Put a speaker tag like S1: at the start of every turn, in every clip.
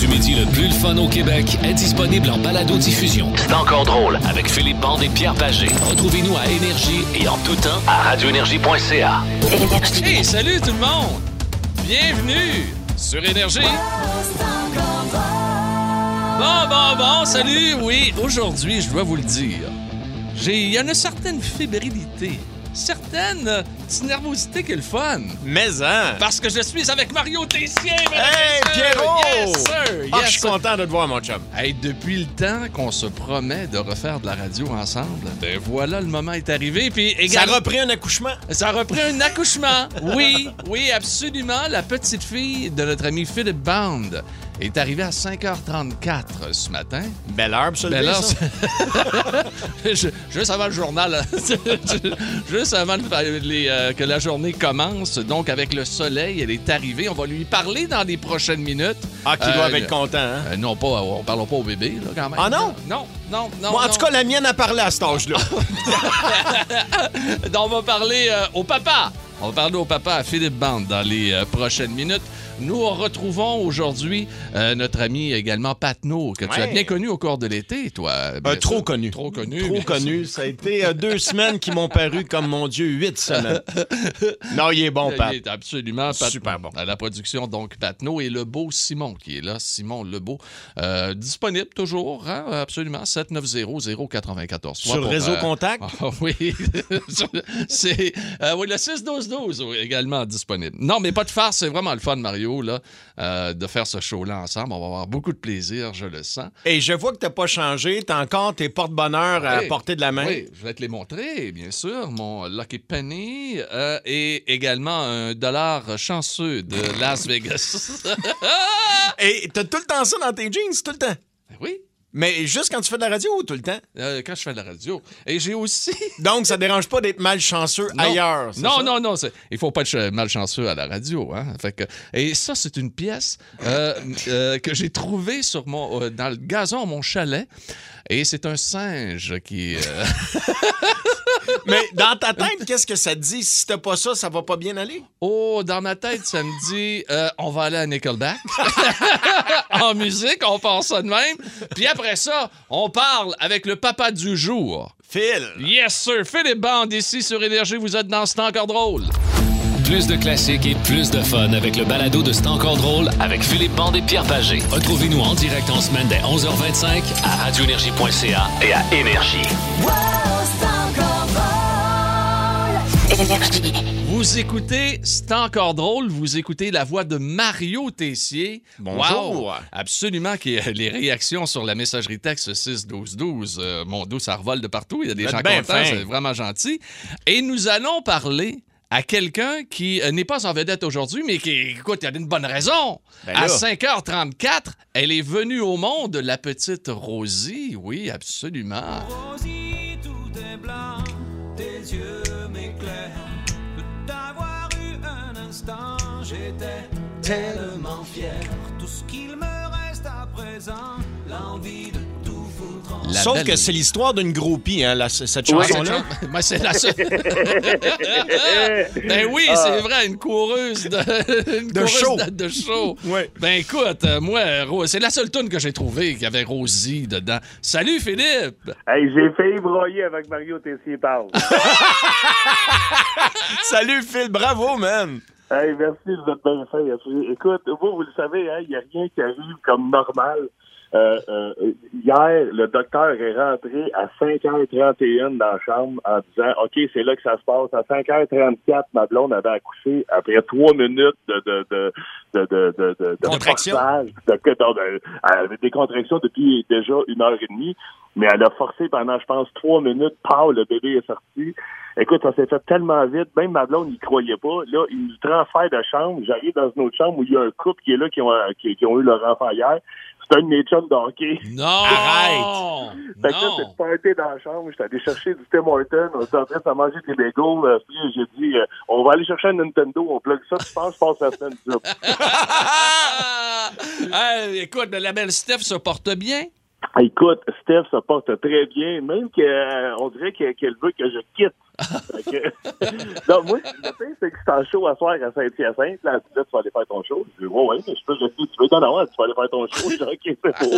S1: comédie le plus le fun au Québec est disponible en balado-diffusion. C'est encore drôle avec Philippe Bande et Pierre Pagé. Retrouvez-nous à Énergie et en tout temps à radioénergie.ca.
S2: Hey, salut tout le monde! Bienvenue sur Énergie! Bon, bon, bon, salut! Oui, aujourd'hui, je dois vous le dire, j'ai- il y a une certaine fébrilité, certaine euh, petite nervosité qui est le fun.
S3: Mais hein!
S2: Parce que je suis avec Mario Tessier, mesdames
S3: Hey,
S2: et messieurs!
S3: Pierrot!
S2: Yes, sir!
S3: Ah,
S2: Yes,
S3: je suis
S2: sir.
S3: content de te voir, mon chum.
S2: Hey, depuis le temps qu'on se promet de refaire de la radio ensemble, ben voilà, le moment est arrivé. Puis
S3: Ça
S2: également-
S3: a repris un accouchement.
S2: Ça a repris un accouchement. Oui, oui, absolument. La petite fille de notre ami Philippe Band est arrivée à 5h34 ce matin.
S3: Belle herbe, ça, le
S2: Ben
S3: dit,
S2: là,
S3: ça.
S2: c'est- Je- juste avant le journal, juste avant le- les, euh, que la journée commence, donc avec le soleil, elle est arrivée. On va lui parler dans les prochaines minutes.
S3: Ah, qui
S2: Euh,
S3: doit être content, hein?
S2: euh, non, pas, on parle pas au bébé, là, quand même.
S3: Ah non?
S2: Non, non, non.
S3: Bon, en
S2: non.
S3: tout cas, la mienne a parlé à cet âge-là.
S2: Donc, on va parler euh, au papa. On va parler au papa à Philippe Bande dans les euh, prochaines minutes. Nous retrouvons aujourd'hui euh, notre ami également Patneau, que tu
S3: Ouais.
S2: as bien connu au cours de l'été, toi. bien
S3: Euh, trop
S2: sûr.
S3: connu.
S2: Trop connu.
S3: Trop
S2: bien
S3: connu. Ça a été euh, deux semaines qui m'ont paru comme, mon Dieu, huit semaines. Non, il est bon,
S2: sûr.
S3: Pat.
S2: Il est absolument Pat-
S3: Super bon.
S2: À la production, donc, Patneau et Lebeau Simon qui est là. Simon Lebeau. Euh, disponible toujours, hein, absolument. 790 094.
S3: Sur
S2: Pour,
S3: Réseau
S2: euh,
S3: Contact.
S2: Ah oui, c'est euh, oui, le 6-12-12 également disponible. Non, mais pas de farce, c'est vraiment le fun, Mario, là, euh, de faire ce show-là ensemble. On va avoir beaucoup de plaisir, je le sens.
S3: Et je vois que t'as pas changé. T'as encore tes porte-bonheur à
S2: Hey,
S3: portée de la main.
S2: Oui, je vais te les montrer, bien sûr. Mon Lucky Penny euh, et également un dollar chanceux de Las Vegas.
S3: Et t'as tout le temps ça dans tes jeans, tout le temps.
S2: Ben oui,
S3: Mais juste quand tu fais de la radio ou tout le temps?
S2: euh, quand je fais de la radio. Et j'ai aussi...
S3: Donc, ça dérange pas d'être malchanceux
S2: Non.
S3: ailleurs. c'est
S2: Non,
S3: ça?
S2: non, non, c'est- Il faut pas être ch- malchanceux à la radio. Hein? Fait que- Et ça, c'est une pièce euh, euh, que j'ai trouvée sur mon, euh, dans le gazon à mon chalet. Et c'est un singe qui. euh,
S3: Mais dans ta tête, qu'est-ce que ça te dit? Si t'as pas ça, ça va pas bien aller?
S2: Oh, dans ma tête, ça me dit euh, on va aller à Nickelback. en musique, on pense ça de même. Puis après ça, on parle avec le papa du jour.
S3: Phil!
S2: Yes, sir. Philippe Bande ici sur Énergie. Vous êtes dans C'est encore drôle.
S1: Plus de classiques et plus de fun avec le balado de C'est encore drôle avec Philippe Bande et Pierre Pagé. Retrouvez-nous en direct en semaine dès 11h25 à radioénergie.ca et à Énergie.
S2: Vous écoutez, c'est encore drôle, vous écoutez la voix de Mario Tessier.
S3: Bonjour.
S2: Wow! Absolument, qui, les réactions sur la messagerie texte 6-12-12, euh, mon dos, ça revole de partout, il y a des
S3: Vous
S2: gens
S3: êtes bien
S2: contents,
S3: fin.
S2: c'est vraiment gentil. Et nous allons parler à quelqu'un qui euh, n'est pas en vedette aujourd'hui, mais qui, écoute, il y a une bonne raison.
S3: Ben
S2: à
S3: là.
S2: 5h34, elle est venue au monde, la petite Rosie, oui, absolument.
S4: Rosie, tout est blanc, tes yeux m'éclairent. De t'avoir eu un instant, j'étais tellement fier. Tout ce qu'il me reste à présent, l'envie de tout foutre en
S2: La
S3: Sauf
S2: belle-
S3: que c'est l'histoire d'une groupie, hein, la- cette
S2: Ouais,
S3: chanson-là.
S2: c'est- Moi, c'est la seule. ben oui, c'est vrai, une coureuse de, une
S3: Ah. De
S2: coureuse
S3: show.
S2: de- de show.
S3: Ouais.
S2: Ben écoute, euh, moi, Ro- c'est la seule tune que j'ai trouvée qui avait Rosie dedans. Salut Philippe!
S5: Hey, j'ai failli broyer avec Mario Tessier parle.
S3: Salut Phil, bravo, man!
S5: hey, merci, vous êtes bien fin. Écoute, vous, vous le savez, hein, il n'y a rien qui arrive comme normal. Euh, euh, hier, le docteur est rentré à 5h31 dans la chambre en disant OK, c'est là que ça se passe. À 5h34, ma blonde avait accouché après trois minutes de, de, de, de, de, de, de, de
S3: Contraction.
S5: forçage, de- que- dans- de- elle avait des contractions depuis déjà une heure et demie, mais elle a forcé pendant, je pense, trois minutes. Pau, le bébé est sorti. Écoute, ça s'est fait tellement vite. Même ma blonde n'y croyait pas. Là, il nous transfère de chambre. J'arrive dans une autre chambre où il y a un couple qui est là, qui ont, euh, qui, qui ont eu leur enfant hier. C'est un de mes chums de hockey.
S2: Non!
S3: Arrête!
S5: Fait que là, c'est
S2: Non!
S5: parti dans la chambre. J'étais allé chercher du Tim Horton. On était en train de manger des bagels. Euh, puis j'ai dit, euh, on va aller chercher un Nintendo. On plug ça. Tu penses, je passe la semaine. du jour.
S2: Ah! Hey, écoute, la belle Steph se porte bien.
S5: Écoute, Steph se porte très bien, même que euh, on dirait que- qu'elle veut que je quitte. Fait que- non, moi, le pire, c'est que c'est en show à soir à Saint-Hyacinthe. Là, elle dit, là, tu vas aller faire ton show. Je dis, ouais, ouais, mais je peux rester. Tu veux? Non, non, elle dit, tu vas aller faire ton show. Je dis, OK, c'est beau.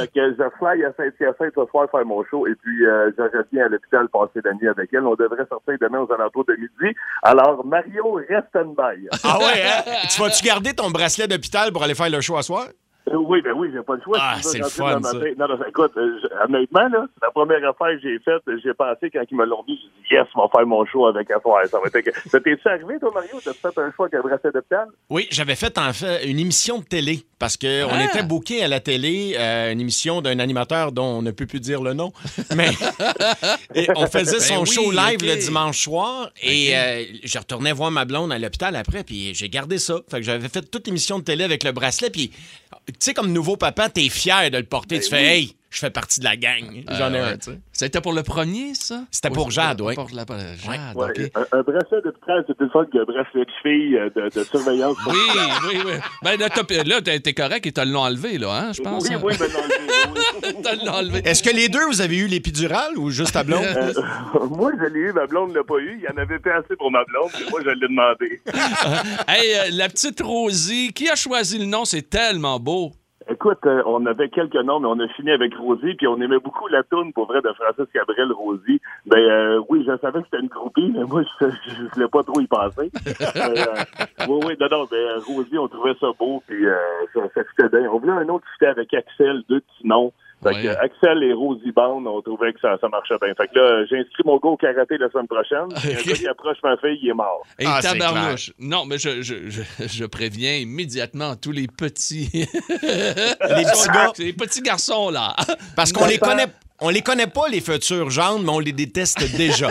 S5: fait que je fly à Saint-Hyacinthe ce soir faire mon show. Et puis, euh, je reviens à l'hôpital passer la nuit avec elle. On devrait sortir demain aux alentours de midi. Alors, Mario, reste en by.
S3: Ah ouais, hein? Tu vas-tu garder ton bracelet d'hôpital pour aller faire le show à soir?
S5: Euh, Oui, ben oui, j'ai pas le choix.
S3: Ah,
S5: Si je veux
S3: c'est
S5: rentrer
S3: le
S5: dans
S3: fun,
S5: ma tête- Non, non, écoute, euh, je- honnêtement, là, la première affaire que j'ai faite, j'ai pensé quand ils me l'ont dit, j'ai dit, yes, on va faire mon show avec Affaire. Ça va être... que- Ça T'es-tu arrivé, toi, Mario? T'as fait un choix avec un bracelet d'hôpital?
S3: Oui, j'avais fait en fait une émission de télé parce que
S2: Ah!
S3: on était booké à la télé, euh, une émission d'un animateur dont on ne peut plus dire le nom, mais et on faisait son
S2: Ben oui,
S3: show live
S2: ok.
S3: le dimanche soir et euh, je retournais voir ma blonde à l'hôpital après puis j'ai gardé ça. Fait que j'avais fait toute l'émission de télé avec le bracelet puis tu sais comme nouveau papa, t'es fier de le porter, tu fais hey, je fais partie de la gang. J'en ai un.
S2: Euh, Ben ouais, tu sais. C'était pour le premier, ça?
S3: C'était pour
S2: Ou-
S3: Jade, ouais.
S2: Pour la
S3: Ah,
S2: Jade,
S5: Ouais,
S2: OK.
S5: un, un bracelet d'hôpital, c'est plus fun qu'un bracelet de fille euh, de, de surveillance.
S2: Oui, oui, oui. Ben là, t'as- là, t'as- t'es correct, ils te l'ont enlevé, là, hein, je pense.
S5: oui,
S2: hein?
S5: oui, mais non,
S2: Ils te l'ont enlevé.
S3: Est-ce que les deux vous avez eu l'épidurale ou juste ta blonde
S5: oui. Euh, Moi, je l'ai eu, ma blonde l'a pas eu. Il y en avait pas assez pour ma blonde, mais moi, je l'ai demandé.
S2: Hey, euh, la petite Rosie, qui a choisi le nom? C'est tellement beau.
S5: Écoute, euh, on avait quelques noms, mais on a fini avec Rosie, puis on aimait beaucoup la toune, pour vrai, de Francis Cabrel, Rosie. Ben euh, oui, je savais que c'était une groupie, mais moi, je ne voulais pas trop y penser. Mais, euh, oui, oui, non, non, mais euh, Rosie, on trouvait ça beau, puis euh, ça, ça fitait bien. On voulait un autre fitait avec Axel, deux petits noms. Fait que,
S2: Ouais.
S5: euh, Axel et Rosie Bond, on trouvait que ça, ça marchait bien. Fait que là, j'ai inscrit mon go au karaté la semaine prochaine. puis Un gars qui approche ma fille, il est mort.
S2: Et
S3: Ah, c'est
S2: tabarnouche. Non, mais je, je, je, je préviens immédiatement tous les petits... les
S3: petits gars.
S2: Les petits garçons, là.
S3: Parce qu'on les
S5: Papa.
S3: connaît on les connaît pas les futurs gendres, mais on les déteste déjà.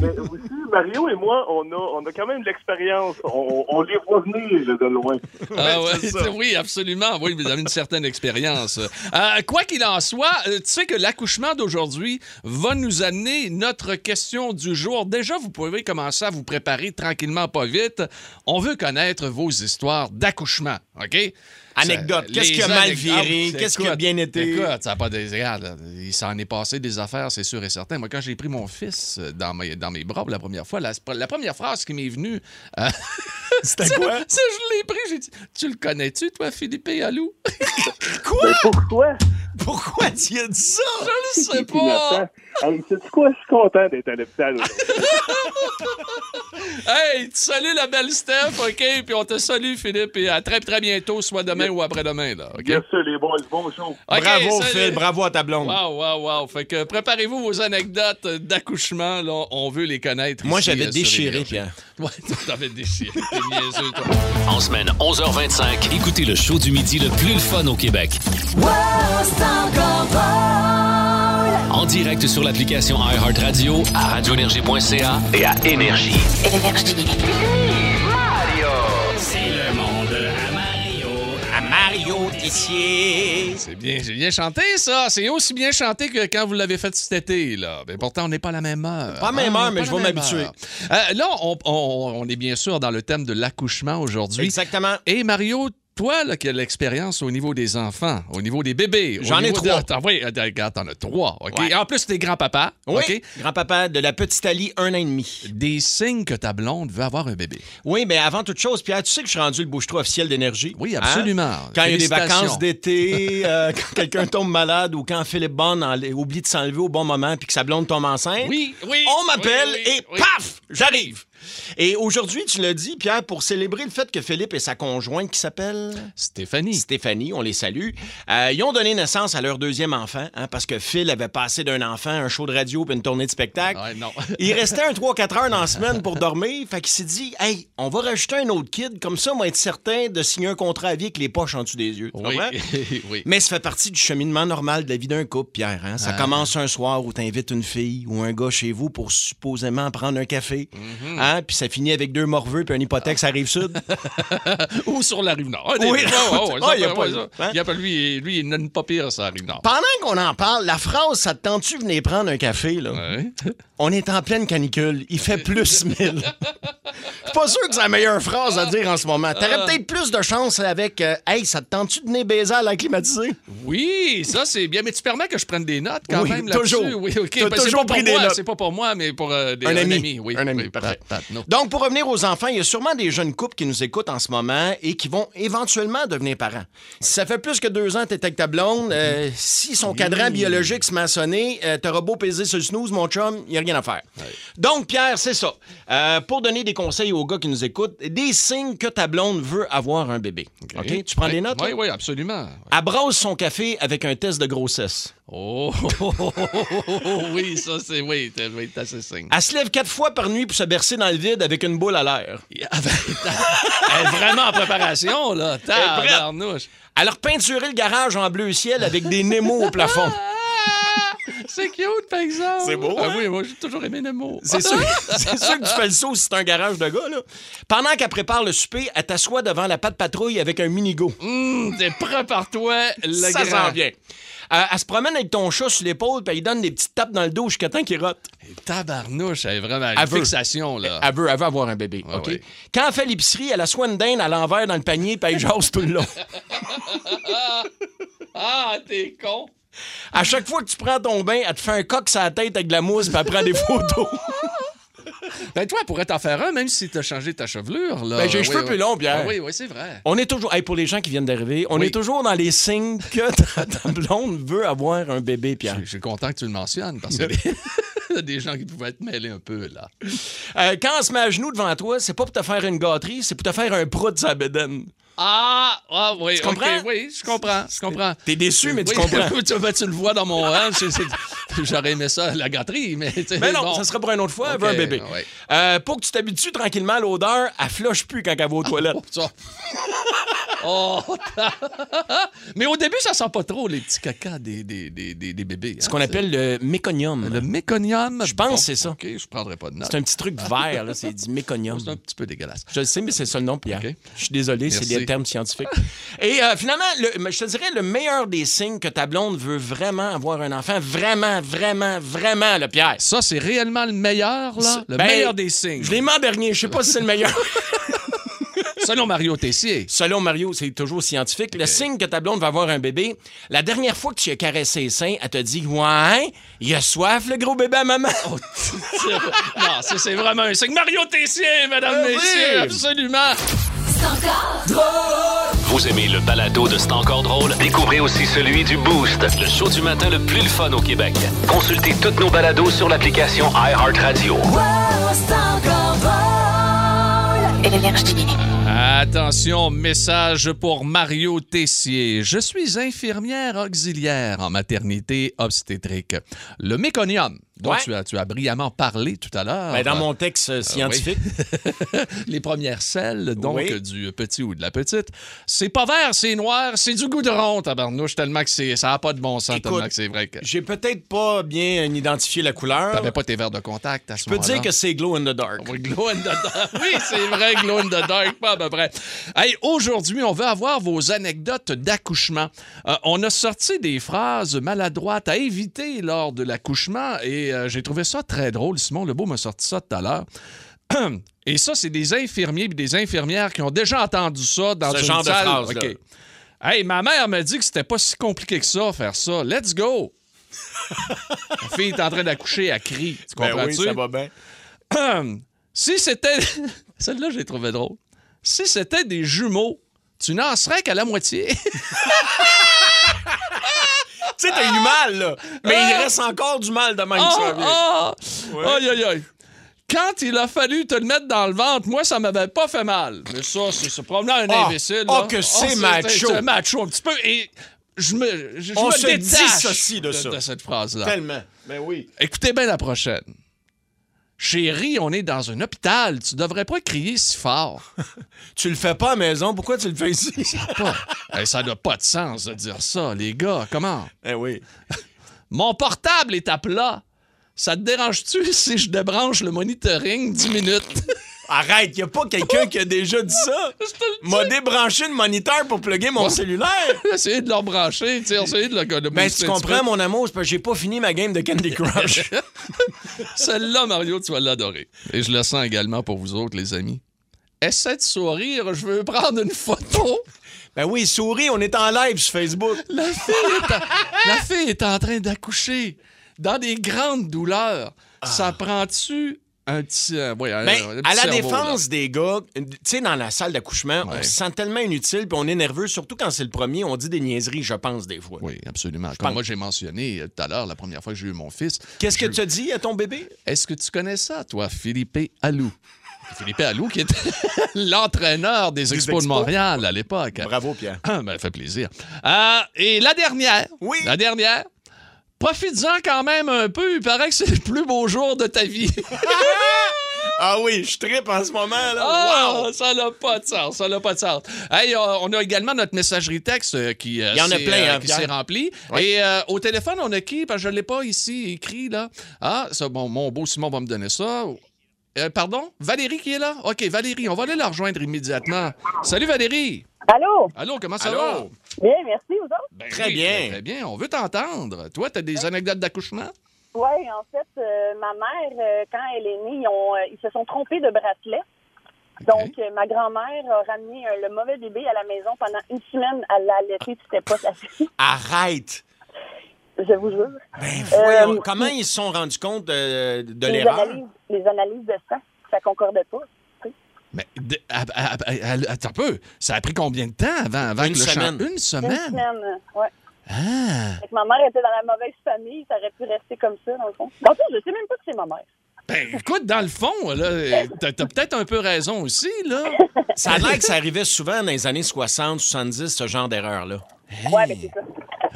S5: Mais aussi, Mario et moi, on a, on a quand même de l'expérience. On, on les voit venir là, de loin.
S2: Ah ouais, oui, absolument. Oui, vous avez une certaine expérience. Euh, quoi qu'il en soit, euh, tu sais que l'accouchement d'aujourd'hui va nous amener notre question du jour. Déjà, vous pouvez commencer à vous préparer tranquillement, pas vite. On veut connaître vos histoires d'accouchement, OK?
S3: Anecdote.
S2: Ça-
S3: Qu'est-ce
S2: les
S3: qui a mal
S2: anecdotes.
S3: viré?
S2: Ah,
S3: Qu'est-ce qui a
S2: écoute,
S3: bien été?
S2: Écoute, ça n'a pas des regarde, là, Il s'en est passé des affaires, c'est sûr et certain. Moi, quand j'ai pris mon fils euh, dans mes, dans mes bras pour la première fois, la, la première phrase qui m'est venue, euh,
S3: C'était quoi?
S2: ça, je l'ai pris, j'ai dit Tu le connais-tu, toi, Philippe et Alou
S3: Quoi?
S5: Pourquoi?
S3: Pourquoi tu as dit ça?
S2: Je le sais
S5: Puis Nathan,
S2: pas
S5: Hey, sais-tu quoi? Je suis content d'être à l'hôpital aujourd'hui.
S2: Hey, tu salues la belle Steph, OK Puis on te salue, Philippe, et à très, très bientôt, soit demain ou après-demain, là, OK
S5: Bien sûr, les boys, bon show.
S2: OK,
S3: bravo,
S2: salut.
S3: Phil. Bravo à ta blonde.
S2: Wow, wow, wow. Fait que préparez-vous vos anecdotes d'accouchement, là. On veut les connaître.
S3: Moi,
S2: ici,
S3: j'avais
S2: euh,
S3: déchiré,
S2: sur Énergie.
S3: Pierre.
S2: Ouais, t'avais déchiré. T'es niaiseux, toi.
S1: En semaine 11h25, écoutez le show du midi le plus le fun au Québec. En direct sur l'application iHeartRadio, à radioénergie.ca et à Énergie.
S3: À Mario Tessier.
S2: C'est bien, j'ai bien chanté, ça. C'est aussi bien chanté que quand vous l'avez fait cet été, là. Mais pourtant, on n'est pas à la même heure.
S3: Pas à la même
S2: Hein,
S3: heure, mais
S2: pas
S3: je
S2: la
S3: vais
S2: même
S3: m'habituer.
S2: heure. Euh, là, on, on- on est bien sûr dans le thème de l'accouchement aujourd'hui.
S3: Exactement.
S2: Et Mario, toi, là, qui as l'expérience au niveau des enfants, au niveau des bébés. au
S3: J'en ai
S2: niveau de-
S3: trois.
S2: Attends, oui, euh, regarde, t'en as trois, OK?
S3: Ouais.
S2: En plus, t'es grand-papa,
S3: Oui,
S2: OK?
S3: grand-papa de la petite Ali, un an et demi.
S2: Des signes que ta blonde veut avoir un bébé.
S3: Oui, mais avant toute chose, Pierre, tu sais que je suis rendu le bouche-trou officiel d'énergie.
S2: Oui,
S3: Hein?
S2: absolument.
S3: Quand il y a des
S2: Félicitations.
S3: vacances d'été, euh, quand quelqu'un tombe malade ou quand Philippe Bond enlè- oublie de s'enlever au bon moment puis que sa blonde tombe enceinte.
S2: Oui, oui.
S3: On m'appelle
S2: oui, oui,
S3: et
S2: oui.
S3: paf, j'arrive. Et aujourd'hui, tu l'as dit, Pierre, pour célébrer le fait que Philippe et sa conjointe qui s'appelle
S2: Stéphanie.
S3: Stéphanie, on les salue, euh, ils ont donné naissance à leur deuxième enfant, hein, parce que Phil avait passé d'un enfant un show de radio puis une tournée de spectacle.
S2: Ouais, non.
S3: Il restait un 3-4 heures dans la semaine pour dormir, fait qu'il s'est dit, hey, on va rajouter un autre kid, comme ça, on va être certain de signer un contrat à vie avec les poches en dessous des yeux. Tu
S2: Oui,
S3: comprends?
S2: oui. Ah,
S3: Mais ça fait partie du cheminement normal de la vie d'un couple, Pierre. hein? Ça commence un soir où tu invites une fille ou un gars chez vous pour supposément prendre un café.
S2: Mhm.
S3: hein? Puis ça finit avec deux morveux puis un hypothèque, ça arrive sud.
S2: Ou sur la rive nord.
S3: Oui. Ah,
S2: il y a pas ça.
S3: hein?
S2: Il y a pas lui, lui, il n'aime pas pire sur la rive nord.
S3: Pendant qu'on en parle, la phrase Ça te tente-tu de venir prendre un café? Là?
S2: Ouais.
S3: On est en pleine canicule. Il fait plus 1000. Je pas sûr que c'est la meilleure phrase à dire en ce moment.
S2: Ah.
S3: T'aurais peut-être plus de chance avec euh, Hey, ça te tente-tu de venir baiser à la climatisée?
S2: Oui, ça c'est bien, mais tu permets que je prenne des notes quand
S3: Oui,
S2: même là-dessus.
S3: toujours.
S2: Oui, ok.
S3: T'as
S2: Parce que c'est
S3: toujours
S2: pas pour
S3: pris des
S2: moi,
S3: notes.
S2: C'est pas pour moi, mais pour euh, des-
S3: Un ami.
S2: oui.
S3: Un ami,
S2: oui,
S3: parfait.
S2: Pat- Pat, non.
S3: Donc, pour revenir aux enfants, il y a sûrement des jeunes couples qui nous écoutent en ce moment et qui vont éventuellement devenir parents. Si ça fait plus que deux ans que t'es avec ta blonde,
S2: Mm-hmm.
S3: euh, si son cadran biologique se met à sonner, euh, t'auras beau peser sur le snooze, mon chum, il a rien à faire. Donc, Pierre, c'est ça. Euh, pour donner des conseils aux gars qui nous écoutent, des signes que ta blonde veut avoir un bébé. OK? Tu prends
S2: Oui,
S3: des notes?
S2: Oui,
S3: là?
S2: oui, absolument.
S3: Abrase son café avec un test de grossesse.
S2: Oh,
S3: oh,
S2: oui, ça c'est oui, t'as oui, t'as ce signe.
S3: Elle se lève quatre fois par nuit pour se bercer dans le vide avec une boule à l'air.
S2: Ah ben, t'as- Elle est vraiment en préparation là, tabarnouche.
S3: Elle a repeinturé le garage en bleu ciel avec des Nemo au plafond.
S2: Ah, C'est cute, par exemple.
S3: C'est beau,
S2: Ah
S3: hein?
S2: oui, moi, j'ai toujours aimé Nemo.
S3: C'est sûr, c'est sûr que tu fais le saut si c'est un garage de gars, là. Pendant qu'elle prépare le souper, elle t'assoit devant la patte patrouille avec un minigo.
S2: Hum, t'es prêt par toi, le
S3: Ça
S2: grand.
S3: sent bien. Euh, elle se promène avec ton chat sur l'épaule, puis elle lui donne des petites tapes dans le dos jusqu'à temps qu'il rote.
S2: Tabarnouche, elle est vraiment
S3: Elle
S2: une
S3: veut.
S2: fixation là.
S3: Elle veut, elle veut avoir un bébé,
S2: Ah
S3: OK?
S2: ouais.
S3: Quand elle fait l'épicerie, elle a soin une dinde à l'envers dans le panier, puis elle jase tout le long.
S2: Ah, t'es con.
S3: À chaque fois que tu prends ton bain, elle te fait un coq sur la tête avec de la mousse, puis elle prend des photos.
S2: Ben toi, elle pourrait t'en faire un, même si t'as changé ta chevelure. Là.
S3: Ben, j'ai les
S2: Oui,
S3: cheveux
S2: oui.
S3: plus longs, Pierre.
S2: Ah oui, oui, c'est vrai.
S3: On est toujours, hey, pour les gens qui viennent d'arriver, on
S2: Oui.
S3: est toujours dans les signes que ta, ta blonde veut avoir un bébé, Pierre.
S2: Je suis content que tu le mentionnes, parce que il y a des gens qui pouvaient être mêlés un peu, là.
S3: Euh, quand elle se met à genoux devant toi, c'est pas pour te faire une gâterie, c'est pour te faire un prout de sa bédaine.
S2: Ah, ah oui,
S3: Tu comprends?
S2: ok, oui, je comprends, je comprends.
S3: T'es déçu, mais tu
S2: Oui,
S3: comprends.
S2: tu, ben, tu le vois dans mon rêve. c'est- c'est- J'aurais aimé ça, la gâterie, mais... tu sais,
S3: Mais Ben non,
S2: bon.
S3: ça sera pour une autre fois, elle
S2: Ok,
S3: veut un bébé.
S2: ouais.
S3: Euh, pour que tu t'habitues tranquillement à l'odeur, elle floche plus quand elle va aux toilettes.
S2: Oh, ça. Oh, mais au début, ça sent pas trop, les petits cacas des, des, des, des, des bébés. hein,
S3: Ce qu'on appelle le méconium.
S2: Le méconium.
S3: Je pense
S2: Bon,
S3: que c'est ça.
S2: OK, je prendrai pas de notes.
S3: C'est un petit truc vert, là, c'est du méconium.
S2: C'est un petit peu dégueulasse.
S3: Je le sais, mais c'est ça le nom, Pierre.
S2: Ok.
S3: Je suis désolé, c'est
S2: Merci.
S3: des termes scientifiques. Et euh, finalement, le- je te dirais, le meilleur des signes que ta blonde veut vraiment avoir un enfant, vraiment, vraiment, vraiment, le Pierre.
S2: Ça, c'est réellement le meilleur, là. Le
S3: Ben,
S2: meilleur des signes.
S3: Je l'ai mis en dernier, je sais pas si c'est le meilleur.
S2: Selon Mario Tessier.
S3: Selon Mario, c'est toujours scientifique. Le signe que ta blonde va avoir un bébé, la dernière fois que tu as caressé les seins, elle te dit Ouais, il a soif, le gros bébé à maman.
S2: Oh, non, ça, c'est vraiment un signe. Mario Tessier, mesdames,
S3: Ah oui!
S2: messieurs, absolument.
S1: Vous aimez le balado de C'est encore drôle? Découvrez aussi celui du Boost, le show du matin le plus le fun au Québec. Consultez toutes nos balados sur l'application iHeartRadio.
S6: Énergie.
S2: Attention, message pour Mario Tessier. Je suis infirmière auxiliaire en maternité obstétrique. Le méconium, dont
S3: Ouais.
S2: tu, as, tu as brillamment parlé tout à l'heure.
S3: Ben, dans mon texte euh, scientifique,
S2: Ah Les premières selles, donc,
S3: Oui.
S2: du petit ou de la petite. C'est pas vert, c'est noir, c'est du goudron, tabarnouche, tellement que c'est- ça n'a pas de bon sens,
S3: Écoute,
S2: tellement que c'est vrai que...
S3: j'ai peut-être pas bien identifié la couleur.
S2: T'avais pas tes verres de contact à ce
S3: Je peux
S2: moment-là.
S3: dire que c'est glow in the dark.
S2: Oui, Glow in the Dark. Oui, c'est vrai, Glow in the Dark, pas à peu près. Hey, aujourd'hui, on veut avoir vos anecdotes d'accouchement. Euh, on a sorti des phrases maladroites à éviter lors de l'accouchement et euh, j'ai trouvé ça très drôle. Simon Lebeau m'a sorti ça tout à l'heure. Et ça, c'est des infirmiers et des infirmières qui ont déjà entendu ça dans
S3: Ce
S2: une
S3: genre de
S2: salle.
S3: phrase-là.
S2: OK. Hey, ma mère m'a dit que c'était pas si compliqué que ça, faire ça. Let's go! La fille est en train d'accoucher, elle crie. Tu
S3: Ben
S2: comprends-tu?
S3: bien.
S2: si c'était. Celle-là, j'ai trouvé drôle. Si c'était des jumeaux, tu n'en serais qu'à la moitié.
S3: Tu sais, t'as eu mal, là. Mais il reste encore du mal de même que tu
S2: Ah,
S3: reviens.
S2: ah! Aïe, aïe, aïe. Quand il a fallu te le mettre dans le ventre, moi, ça m'avait pas fait mal. Mais ça, c'est se promener à un
S3: Ah,
S2: imbécile.
S3: ah,
S2: là.
S3: que c'est
S2: c'est-
S3: macho.
S2: C'est macho un petit peu. Et je me, je, je
S3: On
S2: me
S3: se
S2: détache
S3: dissocie de ça.
S2: de cette phrase-là.
S3: Tellement. Ben oui.
S2: Écoutez bien la prochaine. Chérie, on est dans un hôpital. Tu devrais pas crier si fort.
S3: Tu le fais pas à maison, pourquoi tu le fais ici?
S2: Pas. Hey, ça n'a pas de sens de dire ça, les gars. Comment?
S3: ben oui.
S2: Mon portable est à plat. Ça te dérange-tu si je débranche le monitoring 10 minutes?
S3: Arrête, y a pas quelqu'un qui a déjà dit ça. M'a débranché le moniteur pour plugger mon cellulaire.
S2: Essayez de le rebrancher, tu sais, essayez de le de
S3: Ben,
S2: booster
S3: tu
S2: un petit peu.
S3: comprends, mon amour, c'est parce que j'ai pas fini ma game de Candy Crush.
S2: Celle-là, Mario, tu vas l'adorer. Et je le sens également pour vous autres, les amis. Essaie de sourire, je veux prendre une photo.
S3: Ben oui, souris, on est en live sur Facebook.
S2: La fille est en, la fille est en train d'accoucher dans des grandes douleurs. Ça prend-tu un petit. euh, ouais, un-
S3: Ah. Ben,
S2: un petit
S3: à la
S2: cerveau, là?
S3: défense des gars, tu sais, dans la salle d'accouchement, on
S2: Ouais.
S3: se sent tellement inutile puis on est nerveux, surtout quand c'est le premier, on dit des niaiseries, je pense, des fois.
S2: Oui, absolument. Comme
S3: pense-
S2: moi, j'ai mentionné euh, tout à l'heure, la première fois que j'ai eu mon fils,
S3: Qu'est-ce que tu as dit à ton bébé?
S2: Est-ce que tu connais ça, toi, Philippe Allou? Philippe Allou, qui était l'entraîneur des Expos de
S3: Expos.
S2: Montréal à l'époque.
S3: Bravo, Pierre.
S2: Ah, ben, fait plaisir. Euh, et la dernière.
S3: Oui.
S2: La dernière. Profites-en quand même un peu. Il paraît que c'est le plus beau jour de ta vie.
S3: Ah oui, je tripe en ce moment, là.
S2: Ah,
S3: Wow!
S2: Ça n'a pas de sens. Ça n'a pas de sens. Hey, euh, on a également notre messagerie texte euh, qui, euh,
S3: Il y en a
S2: s'est,
S3: plein,
S2: euh,
S3: hein,
S2: qui
S3: Pierre.
S2: s'est remplie. Et euh, au téléphone, on a qui? Parce que je ne l'ai pas ici écrit. là. Ah, ça, bon, mon beau Simon va me donner ça. Euh, pardon? Valérie qui est là? OK, Valérie, on va aller la rejoindre immédiatement. Salut Valérie!
S7: Allô?
S2: Allô, comment ça
S3: Allô?
S2: va?
S7: Bien, merci, vous autres?
S2: Ben
S3: Très
S2: oui,
S3: bien.
S2: Très, très bien, on veut t'entendre. Toi, t'as des anecdotes d'accouchement?
S7: Oui, en fait, euh, ma mère, euh, quand elle est née, ils, ont, euh, ils se sont trompés de bracelet. Donc, euh, ma grand-mère a ramené euh, le mauvais bébé à la maison pendant une semaine. Elle l'a allaité, c'était pas sa fille,
S3: Arrête!
S7: je vous jure.
S3: Ben voyons,
S7: Euh,
S3: comment ils se sont rendus compte de, de
S7: les,
S3: l'erreur?
S7: analyses, les analyses de sang, ça concordait pas. tu sais.
S2: Mais de- ah, à- à- à- à- ben, attends un peu, ça a pris combien de temps avant, avant
S3: Une
S2: que le champ-
S3: semaine.
S2: Une
S7: Une
S2: semaine?
S7: semaine, euh, ouais.
S2: Ah!
S7: Fait que ma mère était dans la mauvaise famille, ça aurait pu rester comme ça, dans le fond. Dans le fond, je sais même pas que c'est ma mère.
S2: Ben, écoute, dans le fond, là, t'as t'as peut-être un peu raison aussi, là.
S3: Ça a l'air que ça arrivait souvent dans les années 60, 70, ce genre d'erreur-là.
S7: Ouais, mais c'est ça.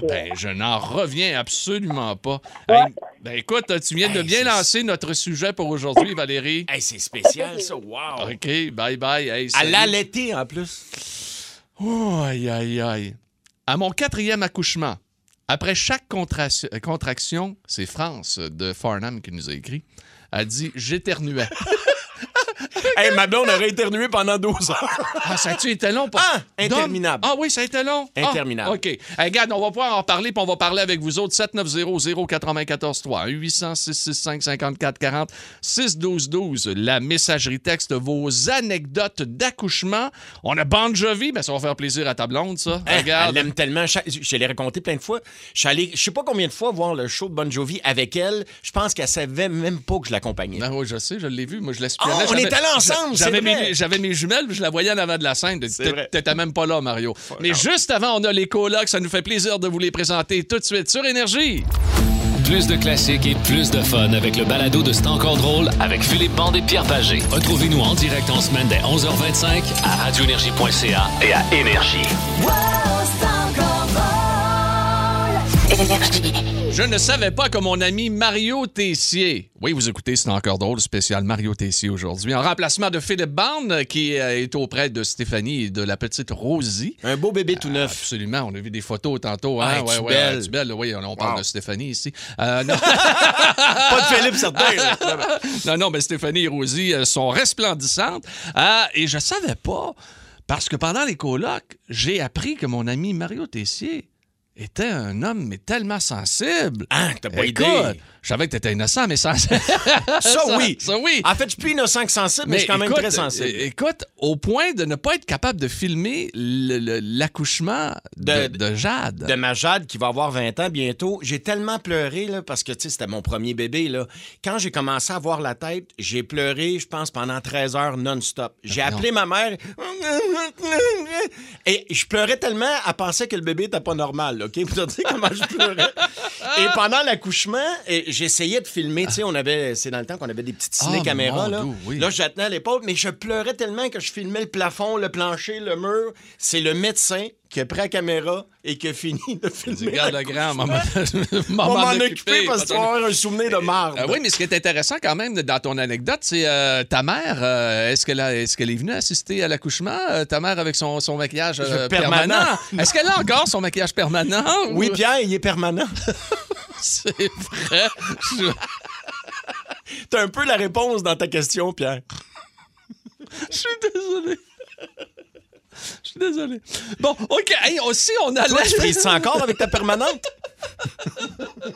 S2: Ben, je n'en reviens absolument pas.
S7: Ouais.
S2: Hey, ben, écoute, tu viens de
S3: Hey,
S2: bien
S3: c'est-
S2: lancer notre sujet pour aujourd'hui, Valérie.
S3: Hey, c'est spécial, ça. Wow!
S2: OK, bye bye. Hey,
S3: À
S2: salut.
S3: l'allaiter, en plus.
S2: Oh, aïe, aïe, aïe. À mon quatrième accouchement, après chaque contra- euh, contraction, c'est France euh, de Farnham qui nous a écrit, a dit J'éternuais.
S3: Hey, ma blonde aurait éternué pendant 12 heures.
S2: Ah, ça a-tu été long? Pour...
S3: Ah,
S2: Dom?
S3: interminable.
S2: Ah oui, ça a été long? Ah,
S3: Interminable.
S2: OK. Eh, regarde, on va pouvoir en parler, puis on va parler avec vous autres. 7900-943, 800-665-5440, 612-12, la messagerie texte, vos anecdotes d'accouchement. On a Bon Jovi, ben ça va faire plaisir à ta blonde, ça.
S3: Hein, Elle
S2: regarde.
S3: l'aime tellement. Cha- Je l'ai raconté plein de fois. Je suis allé, je sais pas combien de fois, voir le show de Bon Jovi avec elle. Je pense qu'elle savait même pas que je l'accompagnais.
S2: Ben oui, je sais, je l'ai vu. Moi, je l'espionnais.
S3: Ah, on
S2: J'avais-
S3: est allés ensemble, c'est
S2: J'avais
S3: vrai.
S2: mes, j'avais mes jumelles, puis je la voyais en avant de la scène. T'étais-
S3: vrai.
S2: T'étais même pas là, Mario. Mais juste avant, on a les colocs. Ça nous fait plaisir de vous les présenter tout de suite sur Énergie.
S1: Plus de classiques et plus de fun avec le balado de C'est encore drôle avec Philippe Bande et Pierre Pagé. Retrouvez-nous en direct en semaine dès 11h25 à radioénergie.ca et à Énergie.
S6: Énergie.
S2: Je ne savais pas que mon ami Mario Tessier. Oui, vous écoutez, c'est encore drôle, spécial Mario Tessier aujourd'hui. En remplacement de Philippe Barne, qui euh, est auprès de Stéphanie et de la petite Rosie. Ah,
S3: Un beau bébé tout neuf.
S2: Absolument, on a vu des photos tantôt. Hein?
S3: Ouais, tu
S2: ouais,
S3: belle.
S2: tu belle. Oui, on, on parle
S3: Wow.
S2: de Stéphanie ici. Euh, non.
S3: Pas de Philippe, certain. là.
S2: non, non, mais Stéphanie et Rosie euh, sont resplendissantes. Ah, et je savais pas, parce que pendant les colloques, j'ai appris que mon ami Mario Tessier était un homme, mais tellement sensible.
S3: Hein, t'as pas
S2: Écoute,
S3: idée.
S2: je savais que t'étais innocent, mais sensible.
S3: Ça, oui.
S2: Ça, oui.
S3: En fait, je suis plus innocent que sensible, mais, je suis quand même
S2: écoute,
S3: très sensible.
S2: euh, Écoute, au point de ne pas être capable de filmer le- le- l'accouchement de,
S3: De-
S2: de Jade.
S3: de ma Jade qui va avoir 20 ans bientôt. J'ai tellement pleuré là, parce que tu sais, c'était mon premier bébé. Là. Quand j'ai commencé à avoir la tête, j'ai pleuré, je pense, pendant 13 heures non-stop.
S2: Ah,
S3: J'ai appelé ma mère et je pleurais tellement, elle pensait que le bébé n'était pas normal. là, OK? Vous savez comment je pleurais. et pendant l'accouchement, eh, j'essayais de filmer. Tu sais, on avait, c'est dans le temps qu'on avait des petites
S2: Ah,
S3: ciné-caméras.
S2: mon
S3: là.
S2: Dieu, oui.
S3: Là, je la tenais à l'épaule, mais je pleurais tellement que je filmais le plafond, le plancher, le mur. C'est le médecin qui a pris la caméra et qui a fini de
S2: Tu
S3: filmer.
S2: regardes le grand, maman.
S3: On
S2: maman
S3: m'en
S2: d'occuper,
S3: occuper parce que tu
S2: maman
S3: vas avoir un souvenir de marbre.
S2: Euh, oui, mais ce qui est intéressant quand même dans ton anecdote, c'est euh, ta mère. euh, est-ce qu'elle a- est-ce qu'elle est venue assister à l'accouchement? euh, ta mère avec son, son maquillage euh,
S3: Je-
S2: permanent.
S3: permanent.
S2: Est-ce qu'elle a encore son maquillage permanent?
S3: Oui,
S2: Ou-
S3: Pierre, il est permanent.
S2: C'est vrai. Je-
S3: T'as un peu la réponse dans ta question, Pierre.
S2: Je suis désolé. Je suis désolé. Bon, OK. Hey, aussi, on allait.
S3: Toi, tu frises encore avec ta permanente?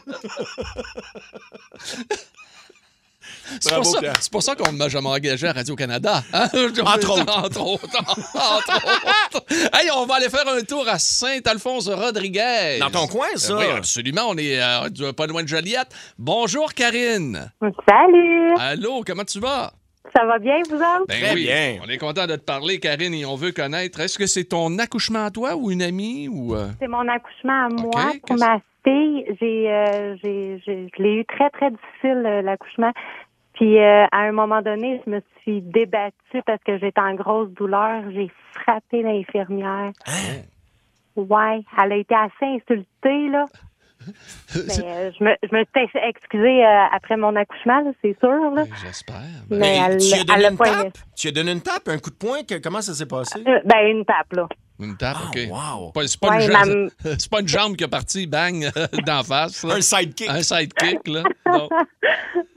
S2: C'est pour,
S3: Bravo,
S2: ça-
S3: Pierre.
S2: c'est pour ça qu'on ne m'a jamais engagé à Radio-Canada. hein.
S3: Entre autres.
S2: Entre autres. Entre autres. Hey, on va aller faire un tour à Saint-Alphonse-Rodriguez.
S3: Dans ton coin, ça?
S2: Euh, Oui, absolument. On est euh, du- pas loin de Joliette. Bonjour, Karine.
S8: Salut!
S2: Allô, comment tu vas?
S8: Ça va bien, vous autres?
S2: Ben
S3: Très bien.
S2: On est content de te parler, Karine, et on veut connaître. Est-ce que c'est ton accouchement à toi ou une amie ou. euh,
S8: C'est mon accouchement à moi
S2: qu'est-ce-
S8: pour ma fille. J'ai, euh, j'ai, j'ai- je l'ai eu très, très difficile, euh, l'accouchement. Puis, euh, à un moment donné, je me suis débattue parce que j'étais en grosse douleur. J'ai frappé l'infirmière.
S2: Hein?
S8: Ouais, elle a été assez insultée, là. Mais, euh, je, me, je me suis excusée euh, après mon accouchement, là, c'est sûr, là.
S2: Ben, J'espère.
S8: Mais,
S3: Mais
S8: elle,
S3: tu lui as donné
S8: elle a
S3: une
S8: pas
S3: tape?
S8: aimé.
S3: Tu lui as donné une tape, un coup de poing? que- comment ça s'est passé?
S8: Euh, Ben, une tape, là.
S2: Une tape,
S3: Ah,
S2: OK.
S3: wow.
S2: Pas- C'est pas,
S8: Ouais,
S2: une jambe,
S8: ma-
S2: c'est pas une jambe qui est partie, bang, d'en face. là.
S3: Un sidekick.
S2: Un sidekick, là. Non.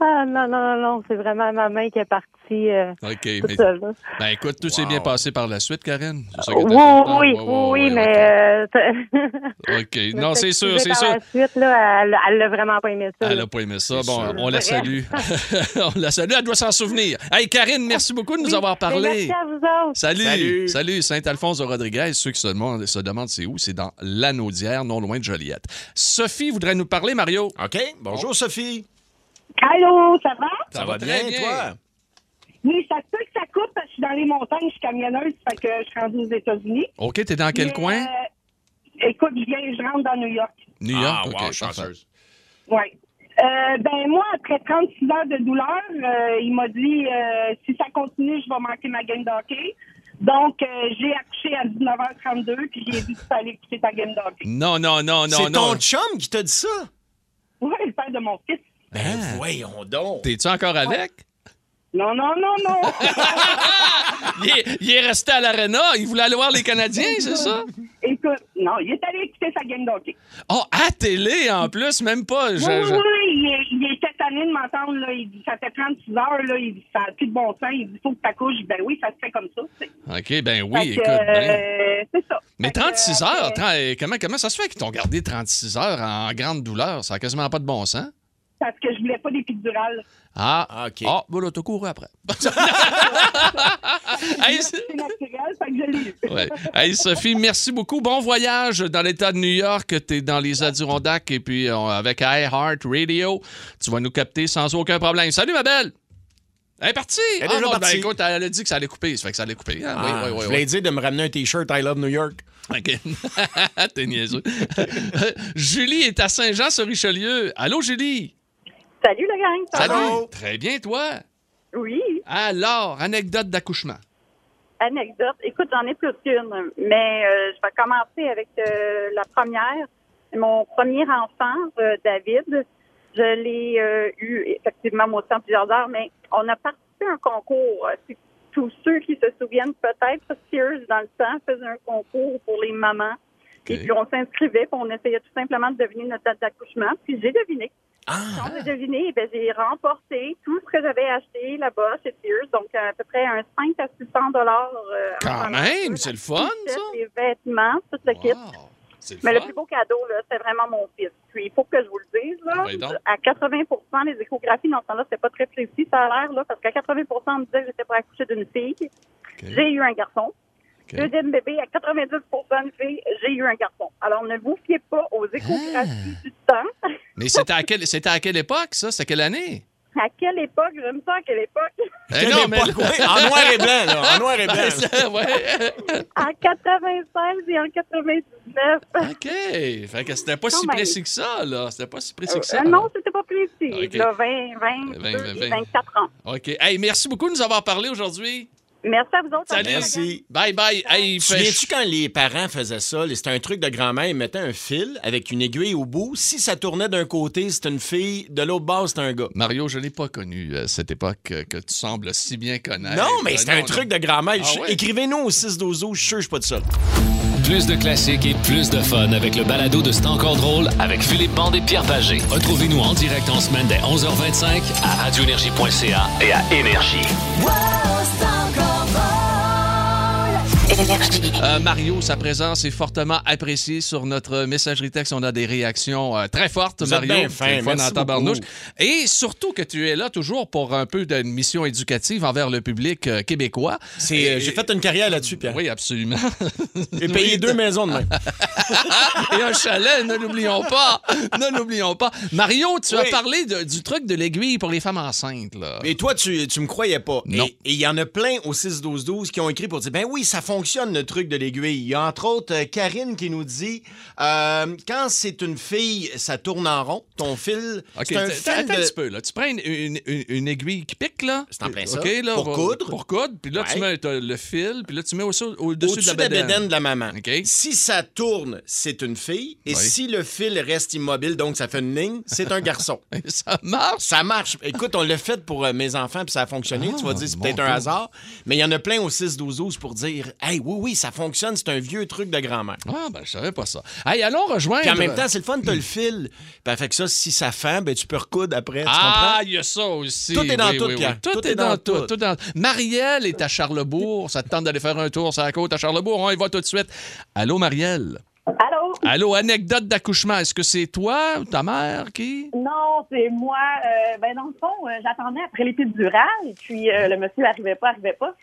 S8: Ah, non, non, non, non, c'est vraiment ma main qui est partie euh,
S2: OK,
S8: toute
S2: mais
S8: seule, là. Oh,
S2: ben, écoute, tout s'est
S3: Wow.
S2: bien passé par la suite, Karen. C'est ça que
S8: Oui,
S2: t'as- Ah,
S8: oui,
S2: ouais, ouais,
S8: oui, oui,
S2: ouais,
S8: mais.
S2: OK.
S8: euh,
S2: OK. Non, c'est sûr, c'est
S8: par
S2: sûr.
S8: la suite, là, elle, elle l'a vraiment pas aimé ça.
S2: Elle
S8: là.
S2: n'a pas aimé ça.
S3: C'est
S2: Bon,
S3: sûr.
S2: on la salue. on la salue. Elle doit s'en souvenir. Hey, Karine, merci beaucoup de nous avoir
S8: Mais
S2: parlé.
S8: Merci à vous autres.
S2: Salut. Salut,
S3: Salut.
S2: Saint-Alphonse de Rodriguez. Ceux qui se demandent, se demandent c'est où, c'est dans l'Anaudière, non loin de Joliette. Sophie voudrait nous parler, Mario. Oh.
S3: OK. Bonjour, Sophie.
S9: Allô, ça va?
S3: Ça,
S2: va
S3: va,
S2: très
S3: bien,
S2: bien.
S3: toi?
S9: Mais ça se peut que ça coupe parce que je suis dans les montagnes, je suis camionneuse, fait que je suis rendue aux États-Unis.
S2: OK, t'es dans quel
S9: Mais,
S2: coin?
S9: euh, écoute, je viens, je rentre dans New York.
S2: New York.
S3: ah,
S2: OK,
S3: wow,
S2: parfait.
S3: chanceuse.
S9: Oui. Euh, ben moi, après 36 heures de douleur, euh, il m'a dit euh, si ça continue, je vais manquer ma game d'hockey. Donc, euh, j'ai accouché à 19h32, puis j'ai dit tu peux aller écouter ta game d'hockey.
S2: Non, non, non, non,
S3: C'est ton
S2: non.
S3: chum qui t'a dit ça?
S9: Oui, le père de mon fils.
S3: Ben, voyons donc.
S2: Hein? T'es-tu encore avec?
S9: Non, non, non, non.
S2: Il est, il est resté à l'Arena. Il voulait aller voir les Canadiens, c'est ça?
S9: écoute, non, il est allé écouter sa game d'hockey.
S2: Oh, à télé, en plus, même pas. je-
S9: Oui, oui,
S2: je-
S9: oui, il est- il était tanné de m'entendre, là. Il dit, ça fait 36 heures, là. Il dit, ça n'a plus de bon sens. Il dit, faut que t'accouches. Ben oui, ça se fait comme ça, tu sais.
S2: OK, ben oui,
S9: Fait que,
S2: écoute. ben.
S9: euh, c'est ça.
S2: Mais
S9: Fait que,
S2: 36
S9: euh,
S2: heures,
S9: après,
S2: tra- eh, comment, comment ça se fait qu'ils t'ont gardé 36 heures en grande douleur? Ça n'a quasiment pas de bon sens.
S9: Parce que je voulais pas d'épidurale.
S2: Ah,
S3: Ah, OK.
S2: Ah, ben là, t'as couru après. Ah, hey, s-
S9: C'est naturel, fait que je l'ai eu.
S2: ouais. Hey, Sophie, merci beaucoup. Bon voyage dans l'État de New York. T'es dans les Adirondacks et puis euh, avec iHeart Radio. Tu vas nous capter sans aucun problème. Salut, ma belle! Elle est partie!
S3: Elle est
S2: Ah
S3: déjà
S2: non, ben,
S3: partie.
S2: écoute, elle a dit que ça allait couper. Ça fait que ça allait couper. Ah, oui,
S3: Ah,
S2: oui, oui,
S3: je
S2: oui.
S3: voulais dire de me ramener un T-shirt I Love New York.
S2: OK. T'es niaiseux. Euh, Julie est à Saint-Jean-sur-Richelieu. Allô, Julie?
S8: Salut, le gang. Ça va?
S3: Allô?
S2: Très bien, toi?
S8: Oui,
S2: Alors, anecdote d'accouchement.
S8: anecdote. Écoute, j'en ai plus qu'une, mais euh, je vais commencer avec euh, la première. Mon premier enfant, euh, David, je l'ai euh, eu effectivement moi aussi en plusieurs heures, mais on a participé à un concours. Euh, C'est- Tous ceux qui se souviennent peut-être, Sears, dans le temps, faisait un concours pour les mamans. Et puis, on s'inscrivait, puis on essayait tout simplement de deviner notre date d'accouchement. Puis, j'ai deviné.
S2: Ah!
S8: Quand j'ai deviné, eh ben, j'ai remporté tout ce que j'avais acheté là-bas chez Sears. Donc, à peu près un 5 à 600 dollars. euh, en
S2: Quand
S8: valeur.
S2: même, c'est le fun,
S8: Tout
S2: ça.
S8: Les vêtements, tout le kit.
S2: Wow, C'est le
S8: Mais le
S2: fun.
S8: plus beau cadeau, là, c'est vraiment mon fils. Puis, il faut que je vous le dise, là,
S2: Ben donc.
S8: à 80 les échographies, dans ce temps-là, c'était pas très précis, ça a l'air, là, parce qu'à 80 on me disait que j'étais pour accoucher d'une fille. J'ai eu un garçon.
S2: Ok.
S8: Deuxième bébé, à 90 une fille, j'ai eu un garçon. Alors, ne vous fiez pas aux
S2: Ah.
S8: échographies du temps.
S2: Mais c'était à, quelle- c'était à quelle époque, ça? C'était quelle année?
S8: À quelle époque? J'aime ça, à quelle époque?
S2: Eh
S3: Quel
S2: non, mais-
S3: époque, oui, en noir et blanc, là. En noir et blanc.
S2: ouais.
S8: En 96 et en 99.
S2: OK. Fait que c'était pas
S8: Quand
S2: si
S8: même.
S2: précis que ça, là. C'était pas si précis que
S8: Euh,
S2: ça.
S8: non, c'était pas précis.
S2: Ok.
S8: Là, 20, 20,
S2: 20, 20.
S8: 24 ans.
S2: OK. Hey, merci beaucoup de nous avoir parlé aujourd'hui.
S8: Merci à vous autres.
S2: Salut.
S3: Merci.
S2: Bye bye. Hey,
S3: Tu
S2: fait-
S3: Souviens-tu quand les parents faisaient ça? là, C'était un truc de grand-mère, ils mettaient un fil avec une aiguille au bout. Si ça tournait d'un côté, c'était une fille, de l'autre bord, c'était un gars.
S2: Mario, je l'ai pas connu euh, cette époque euh, que tu sembles si bien connaître.
S3: Non, mais c'était
S2: Euh,
S3: un
S2: non,
S3: truc
S2: non.
S3: de grand-mère.
S2: Ah ouais?
S3: Écrivez-nous au 6 12 12, je suis sûr que je suis pas de ça.
S1: Plus de classiques et plus de fun avec le balado de C'est encore drôle avec Philippe Bande et Pierre Pagé. Retrouvez-nous en direct en semaine dès 11h25 à radioénergie.ca et à Énergie.
S6: Wow, c'est encore drôle. énergie.
S2: Euh, Mario, sa présence est fortement appréciée sur notre messagerie texte. On a des réactions euh, très fortes,
S3: Vous êtes
S2: Mario.
S3: bien fin,
S2: C'est le fun
S3: merci
S2: en tabarnouche. Et surtout que tu es là toujours pour un peu d'une mission éducative envers le public euh, québécois.
S3: C'est, euh, j'ai fait une carrière là-dessus, Pierre.
S2: Oui, absolument.
S3: J'ai payé
S2: Oui,
S3: deux maisons de même.
S2: Et un chalet, ne l'oublions pas. Ne l'oublions pas. Mario, tu
S3: Oui.
S2: as parlé de- du truc de l'aiguille pour les femmes enceintes. Là.
S3: Et toi, tu, tu me croyais pas. Et-
S2: Non.
S3: Et il y en a plein au 6-12-12 qui ont écrit pour dire Ben oui, ça fonctionne le truc de l'aiguille. Il y a entre autres euh, Karine qui nous dit euh, Quand c'est une fille, ça tourne en rond. Ton fil.
S2: OK,
S3: c'est un
S2: t-
S3: fil
S2: attends un
S3: de-
S2: petit peu. Là. Tu prends une, une- une- une aiguille qui pique, là.
S3: C'est en plein ça.
S2: OK, là,
S3: Pour
S2: on va-
S3: coudre.
S2: Pour coudre. Puis là, tu
S3: Ouais.
S2: mets t'as le fil. Puis là, tu mets au- au-dessus
S3: Au-dessus
S2: de la bédaine.
S3: de la maman.
S2: OK.
S3: Si ça tourne, c'est une fille. Et
S2: Oui.
S3: si le fil reste immobile, donc ça fait une ligne, c'est un garçon.
S2: Ça marche.
S3: Ça marche. Écoute, on l'a fait pour euh, mes enfants, puis ça a fonctionné.
S2: Ah,
S3: tu vas dire, c'est
S2: mon
S3: peut-être un
S2: Dieu.
S3: hasard. Mais il y en a plein au 6-12-12 pour dire, hey, oui, oui, ça fonctionne, c'est un vieux truc de grand-mère.
S2: Ah, ben, je savais pas ça. Hey, allons rejoindre. euh,
S3: Puis en même temps, c'est le fun, t'as le fil. Ben, fait que ça, si ça fend, ben, tu peux recoudre après. Tu
S2: Ah,
S3: comprends?
S2: il y a ça aussi.
S3: Tout est dans
S2: Oui,
S3: tout,
S2: oui, oui.
S3: Pierre.
S2: Tout, est, dans tout. tout dans- Marielle est à Charlebourg. Ça te tente d'aller faire un tour sur la côte à Charlebourg. On y va tout de suite. Allô, Marielle.
S9: Allô?
S2: Allô, anecdote d'accouchement. Est-ce que c'est toi ou ta mère qui.
S9: Non, c'est moi. Euh, ben dans le fond, euh, j'attendais après l'épidural et puis euh, le monsieur arrivait pas, arrivait pas.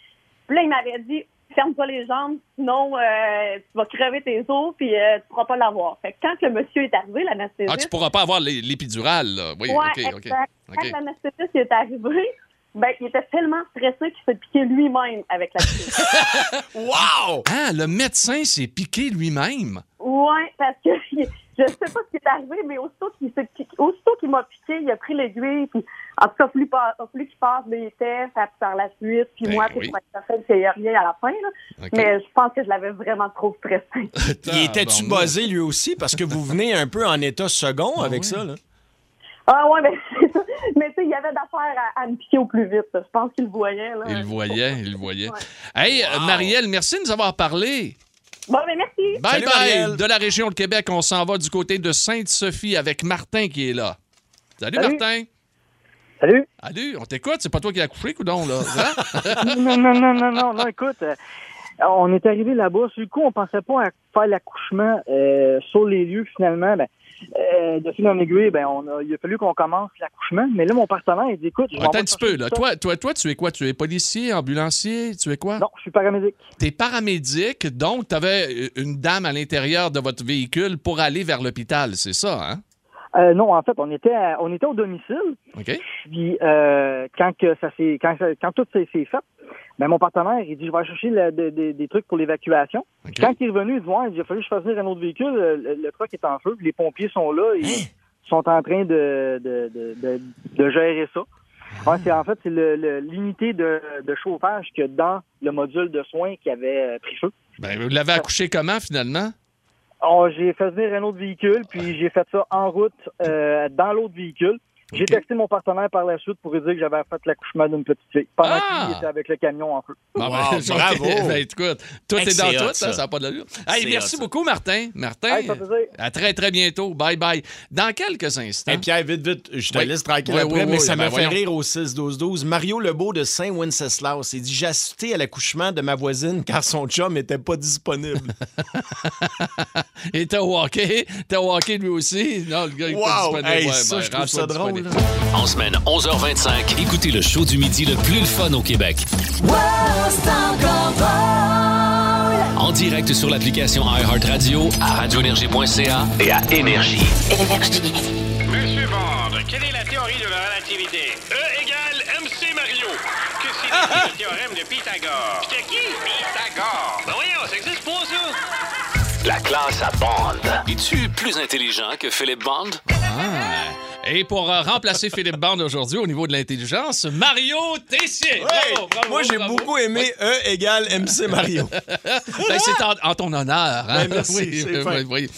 S9: Puis là, il m'avait dit ferme pas les jambes, sinon euh, tu vas crever tes os puis euh, tu pourras pas l'avoir. Fait que quand le monsieur est arrivé,
S2: Ah, tu
S9: l'anesthésiste,
S2: pourras pas avoir l'é- l'épidurale, là. Oui,
S9: Ouais,
S2: OK, OK.
S9: exact.
S2: OK.
S9: quand l'anesthésiste il est arrivé, ben il était tellement stressé qu'il s'est piqué lui-même avec la pilule.
S3: Wow!
S2: Ah, le médecin s'est piqué lui-même.
S9: ouais, parce que il- je sais pas ce qui est arrivé, mais aussitôt qu'il s'est piqué- aussitôt qu'il m'a piqué, il a pris l'aiguille puis En tout cas, plus, pas- plus qu'il passe des tests à- par la suite, puis
S2: Ben
S9: moi,
S2: oui.
S9: puis pour être certaine qu'il n'y a rien à la fin, là.
S2: OK.
S9: mais je pense que je l'avais vraiment trop stressé.
S3: Il était-tu
S2: Tabarnak.
S3: buzzé lui aussi? Parce que vous venez un peu en état second avec ça, là.
S9: ah ouais, mais, mais tu sais, il y avait d'affaires à, à me piquer au plus vite. là. Je pense qu'il le voyait. Là.
S2: Il le voyait, il le voyait.
S9: Ouais.
S2: Hey, euh, Marielle, merci de nous avoir parlé.
S9: Bon, ben merci.
S2: Bye
S3: Salut,
S2: bye.
S3: Marielle.
S2: De la région de Québec, on s'en va du côté de Sainte-Sophie avec Martin qui est là. Salut,
S10: Salut.
S2: Martin.
S10: Salut.
S2: Salut, on t'écoute, c'est pas toi qui as couché, coudon, là. Hein?
S10: non, non, non, non, non, non, écoute, euh, on est arrivé là-bas. Sur le coup, on pensait pas à faire l'accouchement euh, sur les lieux, puis finalement. Ben, euh, de fil en aiguille, ben, on a, il a fallu qu'on commence l'accouchement. Mais là, mon partenaire, il dit, écoute, je m'en
S2: Attends
S10: vais
S2: un petit
S10: chercher
S2: peu, là.
S10: tout ça.
S2: Toi, toi, toi, tu es quoi? Tu es policier, ambulancier? Tu es quoi?
S10: Non, je suis paramédic.
S2: T'es paramédic, donc t'avais euh, une dame à l'intérieur de votre véhicule pour aller vers l'hôpital, c'est ça, hein?
S10: Euh, non, en fait, on était, à- on était au domicile.
S2: OK?
S10: Puis euh, quand que ça s'est, quand, ça- quand tout s'est s'est fait, ben, mon partenaire, il dit, je vais aller chercher le- de- de- des trucs pour l'évacuation.
S2: OK.
S10: Quand il est revenu, il dit, ouais, il a fallu que je fasse venir un autre véhicule. Le, le- le truck est en feu. puis Les pompiers sont là. Ils sont en train de, de, de, de, de gérer ça. Ouais, c'est, en fait, c'est le- le- l'unité de, de chauffage que dans le module de soins qui avait euh, pris feu.
S2: Ben, vous l'avez accouché comment, finalement?
S10: Oh, j'ai fait venir un autre véhicule, puis j'ai fait ça en route euh, dans l'autre véhicule. J'ai
S2: Ok.
S10: texté mon partenaire par la suite pour lui dire que j'avais fait l'accouchement d'une petite fille pendant
S2: Ah!
S10: qu'il était avec le camion en feu.
S2: Bon,
S3: Wow, bravo.
S2: Ben, écoute, tout
S3: Hey,
S2: est dans
S3: c'est
S2: tout,
S3: hot,
S2: hein, ça
S3: ça.
S2: n'a pas de l'allure. Hey,
S3: C'est
S2: merci
S3: hot, ça.
S2: beaucoup, Martin. Martin,
S10: Hey, ça fait plaisir.
S2: à très, très bientôt. Bye, bye. Dans quelques instants.
S3: Hey, Pierre, vite, vite, je te
S2: Oui.
S3: laisse tranquille
S2: Oui,
S3: après,
S2: oui,
S3: mais
S2: oui,
S3: ça
S2: ben
S3: me fait
S2: voyons.
S3: rire au 6-12-12. Mario Lebeau de Saint-Wenceslas, il dit J'ai assisté à l'accouchement de ma voisine car son chum n'était pas disponible.
S2: Et t'as walké. T'as walké lui aussi. Non, le gars, il est pas
S3: wow!
S2: disponible.
S3: Hey,
S2: Ouais,
S3: ça,
S2: ben,
S3: je trouve
S2: rends-toi
S3: ça drôle.
S2: disponible.
S3: là.
S1: En semaine 11h25, écoutez le show du midi le plus le fun au Québec. En direct sur l'application iHeartRadio, à radioénergie.ca et à Énergie.
S6: Énergie.
S11: Monsieur Bond, quelle est la théorie de la relativité? E égale MC Mario. Que signifie le théorème de Pythagore? Pythagore? Pythagore. Ben voyons, ça existe pas, ça?
S1: La classe à bande. Es-tu plus intelligent que Philippe Bond?
S2: Ah. Et pour euh, remplacer Philippe Bande aujourd'hui au niveau de l'intelligence, Mario Tessier.
S3: Hey,
S2: Bravo, bravo,
S3: moi, j'ai
S2: bravo.
S3: beaucoup aimé E égale MC Mario.
S2: Ben, c'est en, en ton honneur. hein.
S3: Ouais, merci, c'est fin.
S2: oui.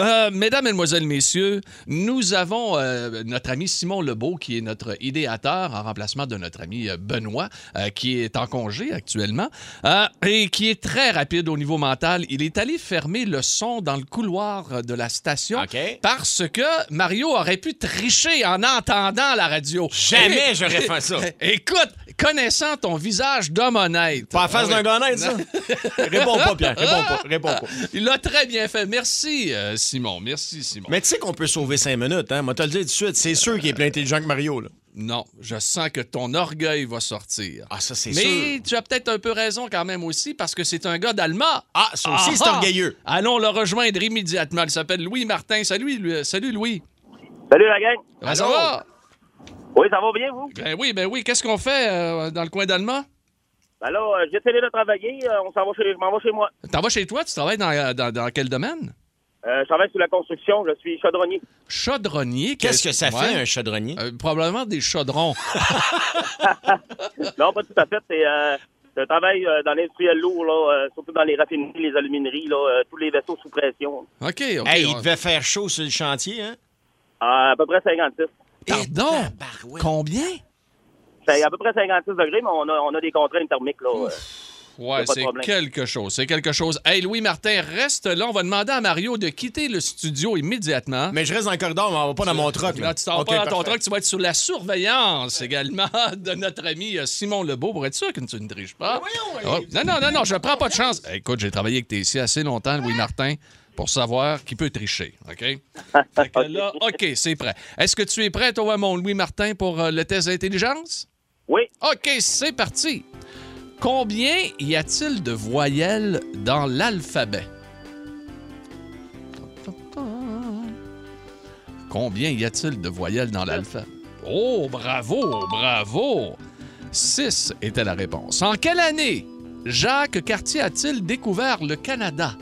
S2: Euh, mesdames, Mesdemoiselles, Messieurs, nous avons euh, notre ami Simon Lebeau, qui est notre idéateur en remplacement de notre ami euh, Benoît, euh, qui est en congé actuellement, euh, et qui est très rapide au niveau mental. Il est allé fermer le son dans le couloir de la station
S3: OK.
S2: parce que Mario aurait pu tricher en entendant la radio.
S3: Jamais
S2: Et-
S3: j'aurais fait ça.
S2: Écoute, connaissant ton visage d'homme honnête.
S3: Pas en face
S2: Ah
S3: d'un
S2: oui.
S3: gars honnête, ça. réponds pas, Pierre. Réponds pas. Réponds pas.
S2: Il l'a très bien fait. Merci, euh, Simon. Merci, Simon.
S3: Mais tu sais qu'on peut sauver cinq minutes, hein? Moi, te le dire tout de suite. C'est sûr qu'il est plus intelligent que Mario, là.
S2: Non, je sens que ton orgueil va sortir.
S3: Ah, ça, c'est
S2: Mais
S3: sûr.
S2: tu as peut-être un peu raison quand même aussi, parce que c'est un gars d'Alma.
S3: Ah, ça aussi, c'est
S2: Ah-ha!
S3: orgueilleux.
S2: Allons le rejoindre immédiatement. Il s'appelle Louis Martin. Salut, lui- salut Louis.
S5: Salut la gang.
S2: Comment ça va?
S5: Oui, ça va bien, vous?
S2: Ben oui, ben oui. Qu'est-ce qu'on fait euh, dans le coin d'Alma?
S5: Ben là, euh, j'ai télé de travailler, euh, on s'en va chez, je m'en vais chez moi.
S2: T'en vas chez toi? Tu travailles dans, euh, dans- dans quel domaine?
S5: Euh, je travaille sur la construction, je suis chaudronnier.
S2: Chaudronnier.
S3: Qu'est-ce que ça
S2: Ouais.
S3: fait, un chaudronnier?
S2: Euh, probablement des chaudrons.
S5: Non, pas tout à fait, c'est euh, c'est un travail euh, dans l'industriel lourd, là, euh, surtout dans les raffineries, les alumineries, là, euh, tous les vaisseaux sous pression.
S2: OK, OK.
S3: hey, il
S2: on-
S3: devait faire chaud sur le chantier, hein?
S5: Ah, À, à peu près 56.
S2: Pardon?
S3: tabarouette.
S2: Combien?
S5: C'est à peu près 56 degrés, mais on a, on a des contraintes thermiques, là. euh.
S2: Ouais,
S5: Y a pas de
S2: c'est
S5: problème.
S2: quelque chose. C'est quelque chose. Hey, Louis Martin, reste là. On va demander à Mario de quitter le studio immédiatement.
S3: Mais je reste dans le corridor, mais on va pas dans mon truck, là.
S2: Là, tu t'en vas
S3: Ok,
S2: pas dans ton
S3: parfait.
S2: truck, tu vas être sous la surveillance également de notre ami euh, Simon Lebeau pour être sûr que tu ne triches pas. Oh, non, non, non, non, je prends pas de chance. Hey, écoute, j'ai travaillé avec tes ici assez longtemps, Louis Martin, pour savoir qui peut tricher. OK? Fait que là, OK, c'est prêt. Est-ce que tu es prêt, toi, mon Louis Martin, pour euh, le test d'intelligence?
S5: Oui,
S2: OK, c'est parti. Combien y a-t-il de voyelles dans l'alphabet? Combien y a-t-il de voyelles dans l'alphabet? Oh, bravo, bravo! 6 était la réponse. En quelle année Jacques Cartier a-t-il découvert le Canada?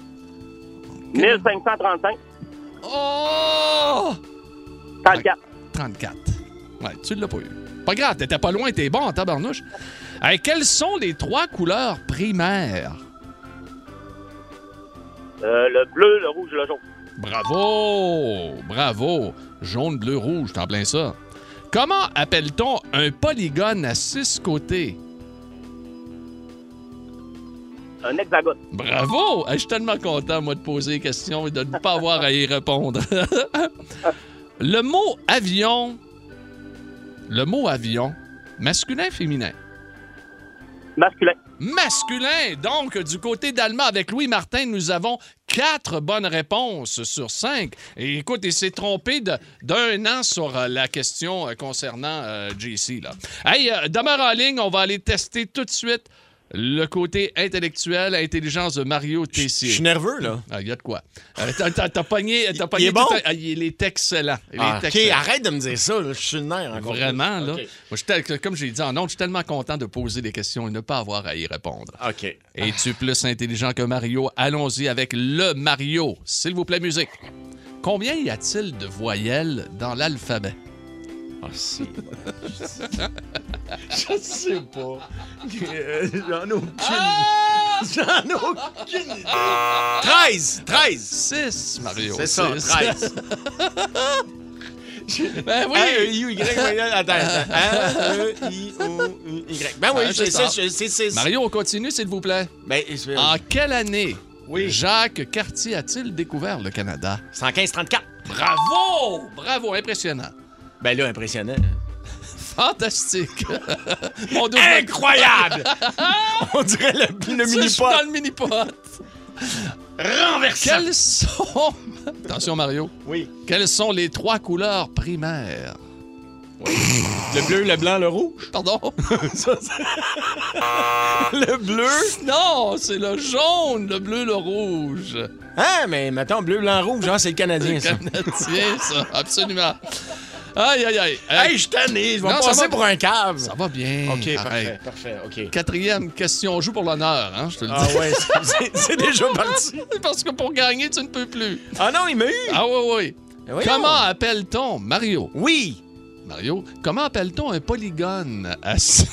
S5: 1535,
S2: Oh!
S5: 34.
S2: 34. Ouais, tu l'as pas eu. Pas grave, t'étais pas loin, t'es bon en tabarnouche. Hey, quelles sont les trois couleurs primaires?
S5: Euh, le bleu, le rouge, le jaune.
S2: Bravo! Bravo! Jaune, bleu, rouge, t'en plein ça. Comment appelle-t-on un polygone à six côtés?
S5: Un hexagone.
S2: Bravo! Hey, Je suis tellement content, moi, de poser des questions et de ne pas avoir à y répondre. le mot avion. Le mot avion, masculin, féminin?
S5: Masculin.
S2: masculin. Donc, du côté d'Allemand, avec Louis Martin, nous avons quatre bonnes réponses sur cinq. Et écoute, il s'est trompé de- d'un an sur euh, la question euh, concernant euh, JC. Là. Hey, euh, demeure en ligne, on va aller tester tout de suite le côté intellectuel, intelligence de Mario
S3: Je je suis
S2: Tessier.
S3: nerveux, là.
S2: Ah, Il y a de quoi. Euh, t'as- T'as t'as pogné. t'as
S3: Il- il
S2: pogné
S3: est bon?
S2: tout un- ah, il est excellent. Il est
S3: Ah, OK,
S2: excellent.
S3: arrête de me dire ça, là. Je suis le nerf, encore.
S2: Vraiment, là.
S3: OK.
S2: Moi, je suis tel- comme j'ai dit en ondes, je suis tellement content de poser des questions et ne pas avoir à y répondre.
S3: OK.
S2: Es-tu plus intelligent que Mario? Allons-y avec le Mario. S'il vous plaît, musique. Combien y a-t-il de voyelles dans l'alphabet?
S3: Ah, c'est... Je sais pas. Euh, J'en ai aucune.
S2: Ah!
S3: J'en ai aucune. idée. 13! 13!
S2: 6, Mario.
S3: C'est ça,
S2: six.
S3: 13.
S2: Ben oui!
S3: U, Y, attends, attends. A, E, I, O, U, Y. Ben oui,
S2: Ah,
S3: c'est
S2: c'est
S3: ça,
S2: ça.
S3: c'est c'est-
S2: Mario, on continue, s'il vous plaît.
S3: Ben, c'est
S2: En quelle année
S3: Oui.
S2: Jacques Cartier a-t-il découvert le Canada?
S3: 115-34.
S2: Bravo! Bravo, impressionnant.
S3: Ben là, impressionnant.
S2: Fantastique. Mon douze-
S3: Incroyable! On dirait le, le
S2: Tu sais, je suis dans
S3: mini-pot.
S2: le mini-pot.
S3: Renversant.
S2: Quelles sont... Attention, Mario.
S3: Oui.
S2: Quelles sont les trois couleurs primaires?
S3: Le bleu, le blanc, le rouge.
S2: Pardon?
S3: Ça, c'est- le bleu.
S2: Non, c'est le jaune, le bleu, le rouge.
S3: Ah, mais mettons, bleu, blanc, rouge, hein, c'est le Canadien, ça.
S2: Canadien, ça, absolument. Aïe, aïe, aïe. Euh,
S3: je suis tanné, je
S2: Non, ça va.
S3: un cave.
S2: Ça va bien.
S3: OK, parfait,
S2: Arrête.
S3: parfait, OK.
S2: Quatrième question, on joue pour l'honneur, hein, je te le
S3: Ah
S2: dis.
S3: ouais, c'est- c'est- c'est déjà parti.
S2: Parce que pour gagner, tu ne peux plus.
S3: Ah non, il m'a eu.
S2: Ah oui,
S3: Ben
S2: oui.
S3: voyons.
S2: Comment appelle-t-on, Mario,
S3: Oui.
S2: Mario, comment appelle-t-on un polygone à six...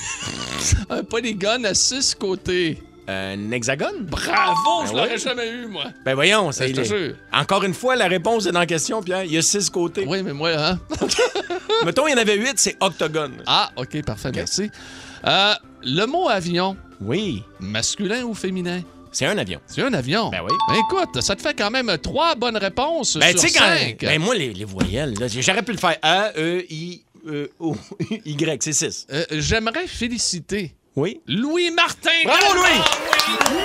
S2: un polygone à six côtés?
S3: Un hexagone?
S2: Bravo,
S3: Ben
S2: je
S3: oui.
S2: l'aurais jamais eu, moi.
S3: Ben voyons,
S2: Ben,
S3: c'est
S2: je te jure.
S3: Encore une fois, la réponse est dans la question, Pierre. Il y a six côtés.
S2: Oui, mais moi, hein?
S3: Mettons, il y en avait huit, c'est octogone.
S2: Ah, OK, parfait, merci. Euh, le mot avion,
S3: Oui,
S2: masculin ou féminin?
S3: c'est un avion.
S2: C'est un avion.
S3: Ben oui.
S2: écoute, ça te fait quand même trois bonnes réponses
S3: Ben, tu
S2: sur
S3: sais, quand.
S2: cinq.
S3: Ben, moi, les, les voyelles, là, j'aurais pu le faire A, E, I, E, O, Y, c'est six.
S2: Euh, J'aimerais féliciter
S3: Oui. Ben,
S2: Louis Martin.
S3: Bravo, Louis!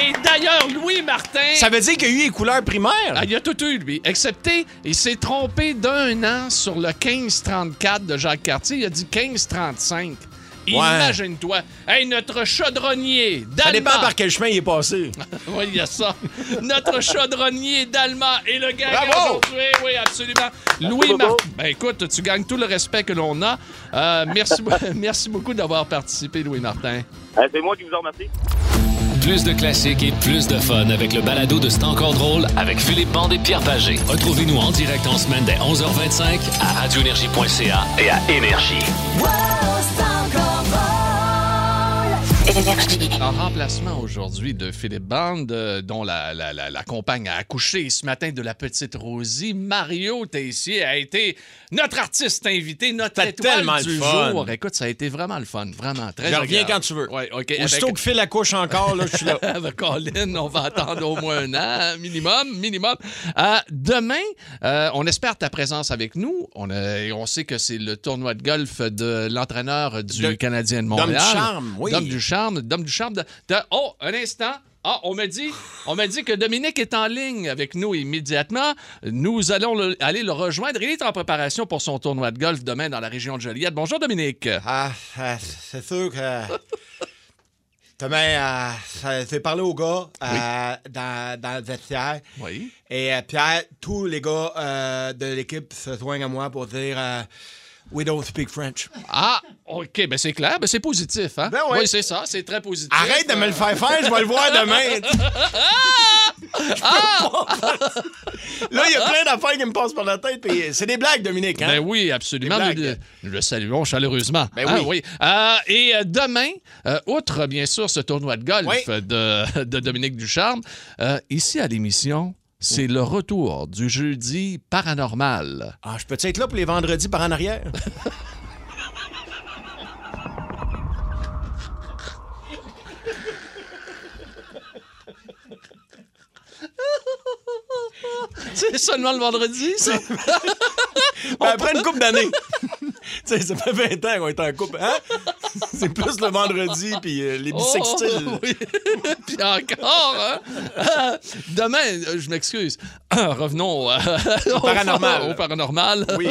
S2: Et d'ailleurs, Louis Martin...
S3: Ça veut dire qu'il y a eu les couleurs primaires?
S2: Ah, il a tout eu, lui. Excepté, il s'est trompé d'un an sur le 1534 de Jacques Cartier. Il a dit 1535. Imagine-toi. Hey, notre chaudronnier
S3: Ça dépend
S2: d'Allemand.
S3: par quel chemin il est passé.
S2: Oui, il y a ça. Notre chaudronnier d'Allemand et le gagnant
S3: Bravo!
S2: aujourd'hui. Oui, absolument. Louis Martin. Ben, écoute, tu gagnes tout le respect que l'on a. Euh, merci, merci beaucoup d'avoir participé, Louis Martin.
S5: Euh, C'est moi qui vous en remercie.
S1: Plus de classiques et plus de fun avec le balado de C'est encore drôle avec Philippe Bande et Pierre Pagé. Retrouvez-nous en direct en semaine dès 11h25 à radioénergie.ca et à Énergie.
S6: Énergie.
S2: En remplacement aujourd'hui de Philippe Bande, euh, dont la, la- la- la compagne a accouché ce matin de la petite Rosie, Mario Tessier a été notre artiste invité, notre
S3: C'était
S2: étoile
S3: tellement
S2: du
S3: le fun.
S2: jour. Écoute, ça a été vraiment le fun, vraiment très
S3: Je reviens
S2: agréable.
S3: quand tu veux.
S2: Ouais, OK. Ben,
S3: Aussitôt
S2: Avec-
S3: que Phil accouche encore, là, je suis là.
S2: Avec Colin, on va attendre au moins un an, hein, minimum, minimum. Euh, demain, euh, on espère ta présence avec nous. On, a- et on sait que c'est le tournoi de golf de l'entraîneur du
S3: De-
S2: Canadien de Montréal.
S3: Charme, oui.
S2: Dom du charme, Dom du charme. de- de- oh, un instant. Ah, on me dit, on me dit que Dominique est en ligne avec nous immédiatement. Nous allons le- aller le rejoindre. Il est en préparation pour son tournoi de golf demain dans la région de Joliette. Bonjour Dominique.
S3: Ah, ah, c'est sûr que. Demain, euh, ça- j'ai parlé aux gars euh, dans, dans le vestiaire.
S2: Oui.
S3: Et euh, Pierre, tous les gars euh, de l'équipe se joignent à moi pour dire euh, We don't speak French.
S2: Ah, OK, ben c'est clair, ben c'est positif, hein?
S3: Ben oui.
S2: Oui, c'est ça, c'est très positif. euh.
S3: Arrête de me le faire faire, je vais le voir demain.
S2: Ah!
S3: Là, il y a plein d'affaires qui me passent par la tête. puis euh, C'est des blagues, Dominique. Hein?
S2: Ben oui, absolument.
S3: Des
S2: Nous,
S3: blagues.
S2: le- nous le saluons chaleureusement.
S3: Ben
S2: Ah
S3: oui.
S2: Euh, et euh, demain, euh, outre bien sûr ce tournoi de golf
S3: Oui.
S2: euh, de, de Dominique Ducharme, euh, ici à l'émission, c'est le retour du jeudi paranormal.
S3: Ah, je peux être là pour les vendredis par en arrière?
S2: C'est seulement le vendredi, ça?
S3: Ben, après une couple d'années. tu sais, ça fait 20 ans qu'on est en couple. Hein? C'est plus le vendredi, puis euh, les
S2: Oh,
S3: bisextiles.
S2: oui. Puis encore, hein? Euh, Demain, euh, je m'excuse. Revenons euh, au,
S3: paranormal.
S2: au paranormal.
S3: Oui.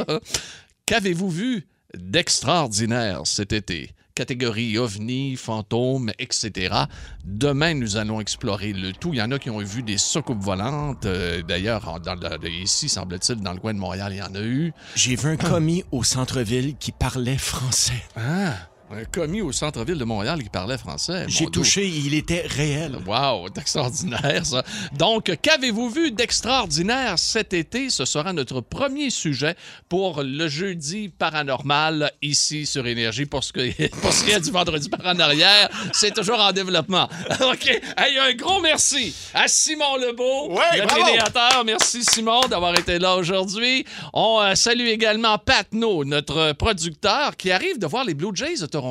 S2: Qu'avez-vous vu d'extraordinaire cet été? Catégorie ovni, fantôme, etc. Demain, nous allons explorer le tout. Il y en a qui ont vu des soucoupes volantes. Euh, D'ailleurs, en- dans le- ici, semble-t-il, dans le coin de Montréal, il y en a eu.
S3: J'ai vu un commis au centre-ville qui parlait français.
S2: Ah, un commis au centre-ville de Montréal qui parlait français.
S3: J'ai
S2: Mon Dieu.
S3: touché, il était réel.
S2: Wow, d'extraordinaire, ça. Donc, qu'avez-vous vu d'extraordinaire cet été? Ce sera notre premier sujet pour le jeudi paranormal ici sur Énergie. Pour ce, que, pour ce qui est du vendredi par en arrière, c'est toujours en développement. OK. Hey, un gros merci à Simon Lebeau,
S3: Ouais,
S2: notre
S3: bravo.
S2: idéateur. Merci, Simon, d'avoir été là aujourd'hui. On euh, salue également Pat No, notre producteur, qui arrive de voir les Blue Jays de Toronto.
S3: Ah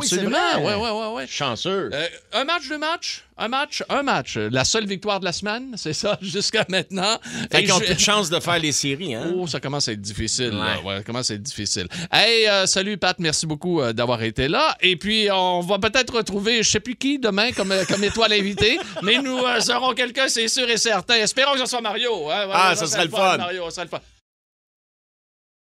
S3: oui, c'est
S2: Absolument.
S3: vrai.
S2: Ouais, ouais, ouais, ouais.
S3: Chanceux.
S2: Euh, un match, deux matchs, un match, un match. La seule victoire de la semaine, c'est ça, jusqu'à maintenant.
S3: Fait
S2: Et
S3: qu'ils ont
S2: je-
S3: plus de chance de faire les séries, hein?
S2: Oh, ça commence à être difficile. là.
S3: Ouais.
S2: Ouais, ça commence à être difficile. Hey, euh, salut Pat, merci beaucoup euh, d'avoir été là. Et puis, on va peut-être retrouver, je sais plus qui demain comme, euh, comme étoile invitée, mais nous euh, aurons quelqu'un, c'est sûr et certain. Espérons que ce soit Mario. hein. Ouais,
S3: Ah,
S2: ouais,
S3: ça
S2: va
S3: serait
S2: être
S3: le fun.
S2: Mario, ça serait le fun.